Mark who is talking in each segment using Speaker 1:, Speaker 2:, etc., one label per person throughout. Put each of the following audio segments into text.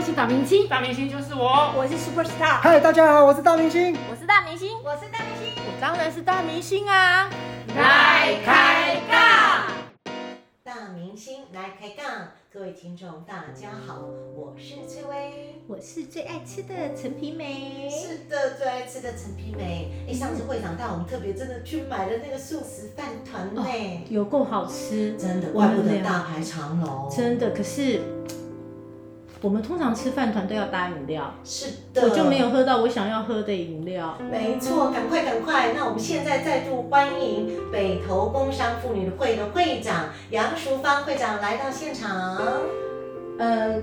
Speaker 1: 是大明星，
Speaker 2: 大明星就是我，
Speaker 3: 我是 super star，
Speaker 4: 嗨，大家好，我是大明星。
Speaker 3: 我是大明星，我是大明星，我当然是大明星啊！
Speaker 1: 来开杠。
Speaker 5: 大明星来开杠，各位听众大家好，
Speaker 1: 嗯
Speaker 5: 我是翠薇。
Speaker 3: 我是最爱吃的陈皮梅
Speaker 1: 哎
Speaker 5: 是的，最爱吃的陈皮梅。
Speaker 1: 嗯
Speaker 5: 哎，上次会长带我们特别真的去买了那个素食饭团呢，
Speaker 1: 有够好吃，
Speaker 5: 真的，
Speaker 1: 我
Speaker 5: 怪
Speaker 1: 们
Speaker 5: 不得
Speaker 1: 俩
Speaker 5: 大排长龙。
Speaker 1: 啊真的。可是我们通常吃饭团都要搭饮料，
Speaker 5: 是的，
Speaker 1: 我就没有。喝到我想要喝的饮料。
Speaker 5: 没错，赶快赶快！那我们现在再度欢迎北投工商妇女会的会长杨淑芳会长来到现场。
Speaker 6: 呃，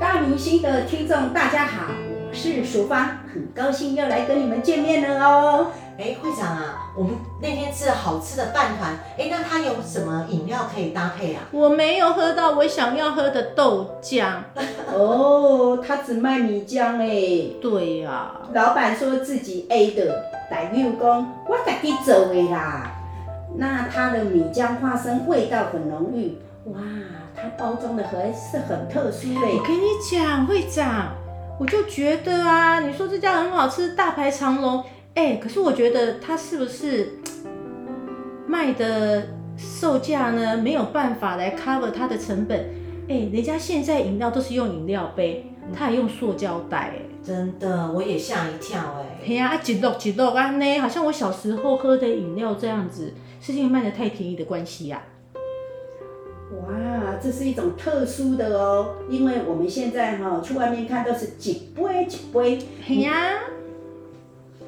Speaker 6: 大明星的听众大家好，我是淑芳，很高兴又来跟你们见面了哦。
Speaker 5: 哎，会长啊，我们那天吃了好吃的饭团，哎，那它有什么饮料可以搭配啊？
Speaker 1: 我没有喝到我想要喝的豆浆。
Speaker 6: 哦，他只卖米浆诶，
Speaker 1: 对呀、
Speaker 6: 老板说自己 A 的，大舅公我自己做的啦。那它的米浆花生味道很浓郁，哇，它包装的还是很特殊
Speaker 1: 我
Speaker 6: 的。
Speaker 1: 跟你讲，会长，我就觉得啊，你说这家很好吃，大排长龙，哎、可是我觉得它是不是卖的售价呢没有办法来 cover 它的成本？哎、人家现在饮料都是用饮料杯，它还用塑胶袋、哎。
Speaker 5: 真的，我也吓一跳哎、
Speaker 1: 嘿呀、啊，一落一落安呢，好像我小时候喝的饮料这样子，是因为卖的太便宜的关系啊呀、
Speaker 6: 哇，这是一种特殊的哦，因为我们现在哈、去外面看都是一杯一杯。
Speaker 1: 嘿呀、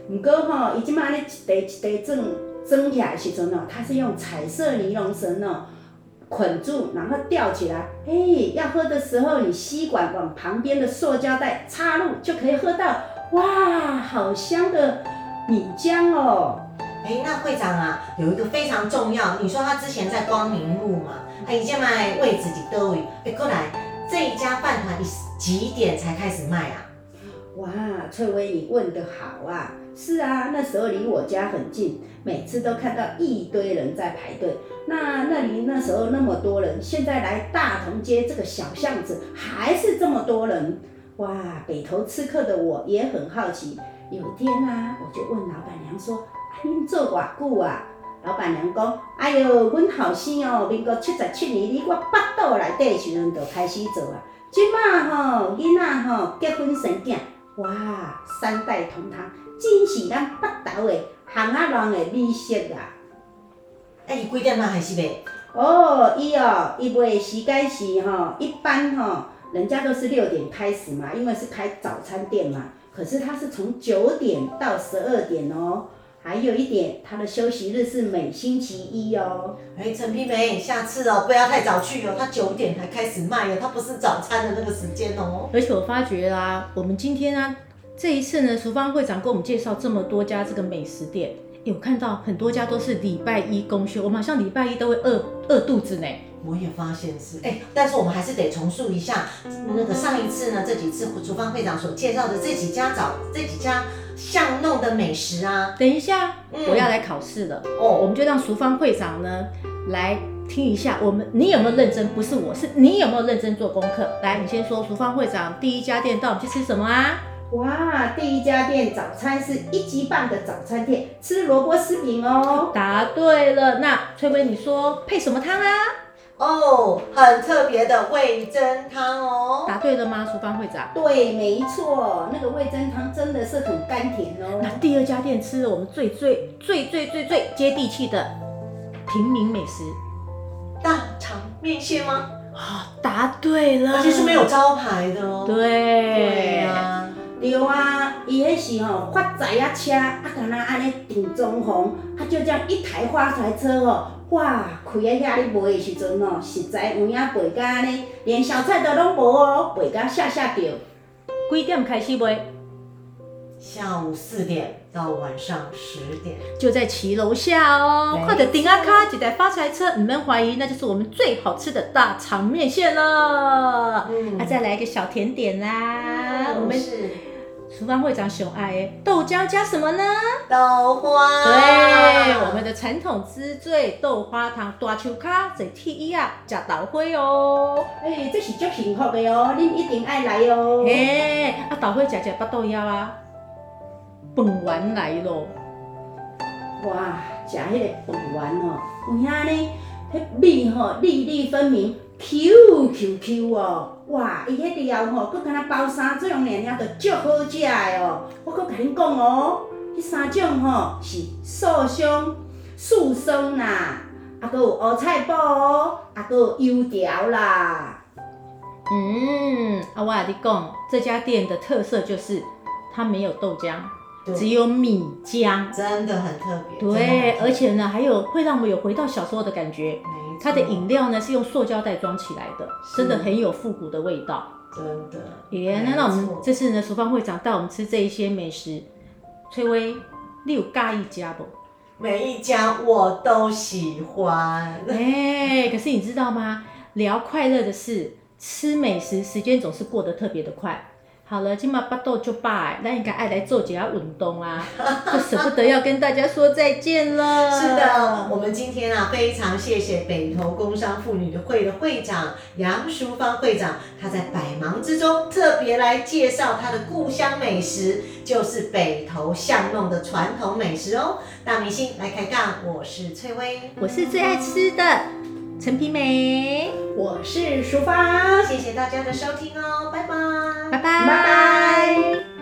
Speaker 6: 毋过吼，伊即摆咧一块一块装装起来的时阵哦，它是用彩色尼龙绳哦捆住，然后吊起来。嘿，要喝的时候，你吸管往旁边的塑胶袋插入，就可以喝到。哇，好香的米浆哦！
Speaker 5: 哎，那会长啊，有一个非常重要，你说他之前在光明路嘛，他已经卖位置几多位，哎，过来这一家饭团，你几点才开始卖啊？
Speaker 6: 哇，翠微，你问得好啊！是啊，那时候离我家很近，每次都看到一堆人在排队。那那里那时候那么多人，现在来大同街这个小巷子还是这么多人。哇，北头吃客的我也很好奇。有一天啊，我就问老板娘说：“啊，恁做偌久啊？”老板娘讲：“哎哟，阮后生哦，民国七十七年，你我腹肚内底的时阵就开始做啊。即摆吼，囡仔吼结婚生囝，哇，三代同堂，真是咱北投的巷仔弄的美食啊！
Speaker 5: 哎，你几点卖还是没？
Speaker 6: 哦，伊哦，伊卖的时间是吼、一般吼、人家都是六点开始嘛，因为是开早餐店嘛。可是他是从九点到十二点哦。还有一点，他的休息日是每星期一哦。
Speaker 5: 哎，陈皮梅，下次哦，不要太早去哦，他九点才开始卖哦，他不是早餐的那个时间哦。
Speaker 1: 而且我发觉啊，我们今天啊，这一次呢，厨房会长给我们介绍这么多家这个美食店，诶，我看到很多家都是礼拜一公休，我们好像礼拜一都会饿饿肚子呢。
Speaker 5: 我也发现是，哎，但是我们还是得重述一下，那个上一次呢，这几次厨房会长所介绍的这几家早这几家巷弄的美食啊，
Speaker 1: 等一下，
Speaker 5: 嗯
Speaker 1: 我要来考试了，我
Speaker 5: 哦，
Speaker 1: 们就让厨房会长呢来听一下，我们你有没有认真？不是我，是你有没有认真做功课？来，你先说，厨房会长第一家店到底去吃什么啊？
Speaker 6: 哇，第一家店早餐是一级棒的早餐店，吃萝卜丝饼哦。
Speaker 1: 答对了，那翠薇你说配什么汤啊？
Speaker 5: 哦，很特别的味噌汤哦。
Speaker 1: 答对了吗，厨房会长？
Speaker 6: 对，没错，那个味噌汤真的是很甘甜哦
Speaker 1: 那。第二家店吃了我们最最最最最最接地气的平民美食
Speaker 5: 大肠面线吗？
Speaker 1: 啊、答对了，
Speaker 5: 而且是没有招牌的哦。对
Speaker 1: 对啊
Speaker 5: 呀，
Speaker 6: 对啊，伊迄是吼发财啊车，啊，敢若安尼顶中红，啊，就这样一台发财车哦，哇，开在遐咧卖的时阵哦，实在有影卖甲安尼，连小菜都拢无哦，卖甲下下掉。
Speaker 1: 几点开始卖？
Speaker 5: 下午四点到晚上十点，
Speaker 1: 就在骑楼下哦
Speaker 5: 没，
Speaker 1: 快点顶啊卡，几台发财车，你们怀疑那就是我们最好吃的大肠面线了。啊
Speaker 5: 嗯
Speaker 1: 啊，再来一个小甜点啦，我们
Speaker 5: 是
Speaker 1: 厨房会长熊爱哎，豆浆加什么呢？
Speaker 5: 豆花。
Speaker 1: 对，我们的传统之最豆花汤大球卡在 T 一啊，加豆花哦。
Speaker 6: 哎，这是足幸福的哦，恁一定爱来哦。
Speaker 1: 嘿，啊豆花食食巴肚枵啊，饭丸来咯。
Speaker 6: 哇，食迄个饭丸哦，有影呢，迄米吼粒粒分明，Q Q Q 哦，哇，伊迄料吼，佫敢若包三种尔尔，着足好食的哦。我佫甲恁讲哦，迄三种吼是素松、素松啦，啊，佫有乌菜脯哦，啊，佫有油条啦。
Speaker 1: 嗯，啊我跟你讲，这家店的特色就是它没有豆浆，
Speaker 5: 对
Speaker 1: 只有米浆。
Speaker 5: 真的很特别。
Speaker 1: 对，而
Speaker 5: 且
Speaker 1: 且呢，还有会让我们有回到小时候的感觉。它的饮料呢是用塑胶袋装起来的，
Speaker 5: 是
Speaker 1: 真的很有复古的味道。
Speaker 5: 真的
Speaker 1: 耶，那
Speaker 5: 没
Speaker 1: 那我们
Speaker 5: 错
Speaker 1: 这次呢，厨房会长带我们吃这一些美食。翠微，你有尬意家不？
Speaker 5: 每一家我都喜欢。
Speaker 1: 哎、可是你知道吗？聊快乐的事，吃美食，时间总是过得特别的快。好了，今嘛巴豆就罢，那应该爱来做几下运动啊，就舍不得要跟大家说再见了。
Speaker 5: 是
Speaker 1: 嗯
Speaker 5: 的，我们今天啊，非常谢谢北投工商妇女会的会长杨淑芳会长，她在百忙之中特别来介绍她的故乡美食，就是北投巷弄的传统美食哦。大明星来开杠，我是翠微，
Speaker 1: 我是最爱吃的陈皮梅，
Speaker 6: 我是淑芳，
Speaker 5: 谢谢大家的收听哦，拜拜
Speaker 1: 拜拜。
Speaker 6: 拜拜。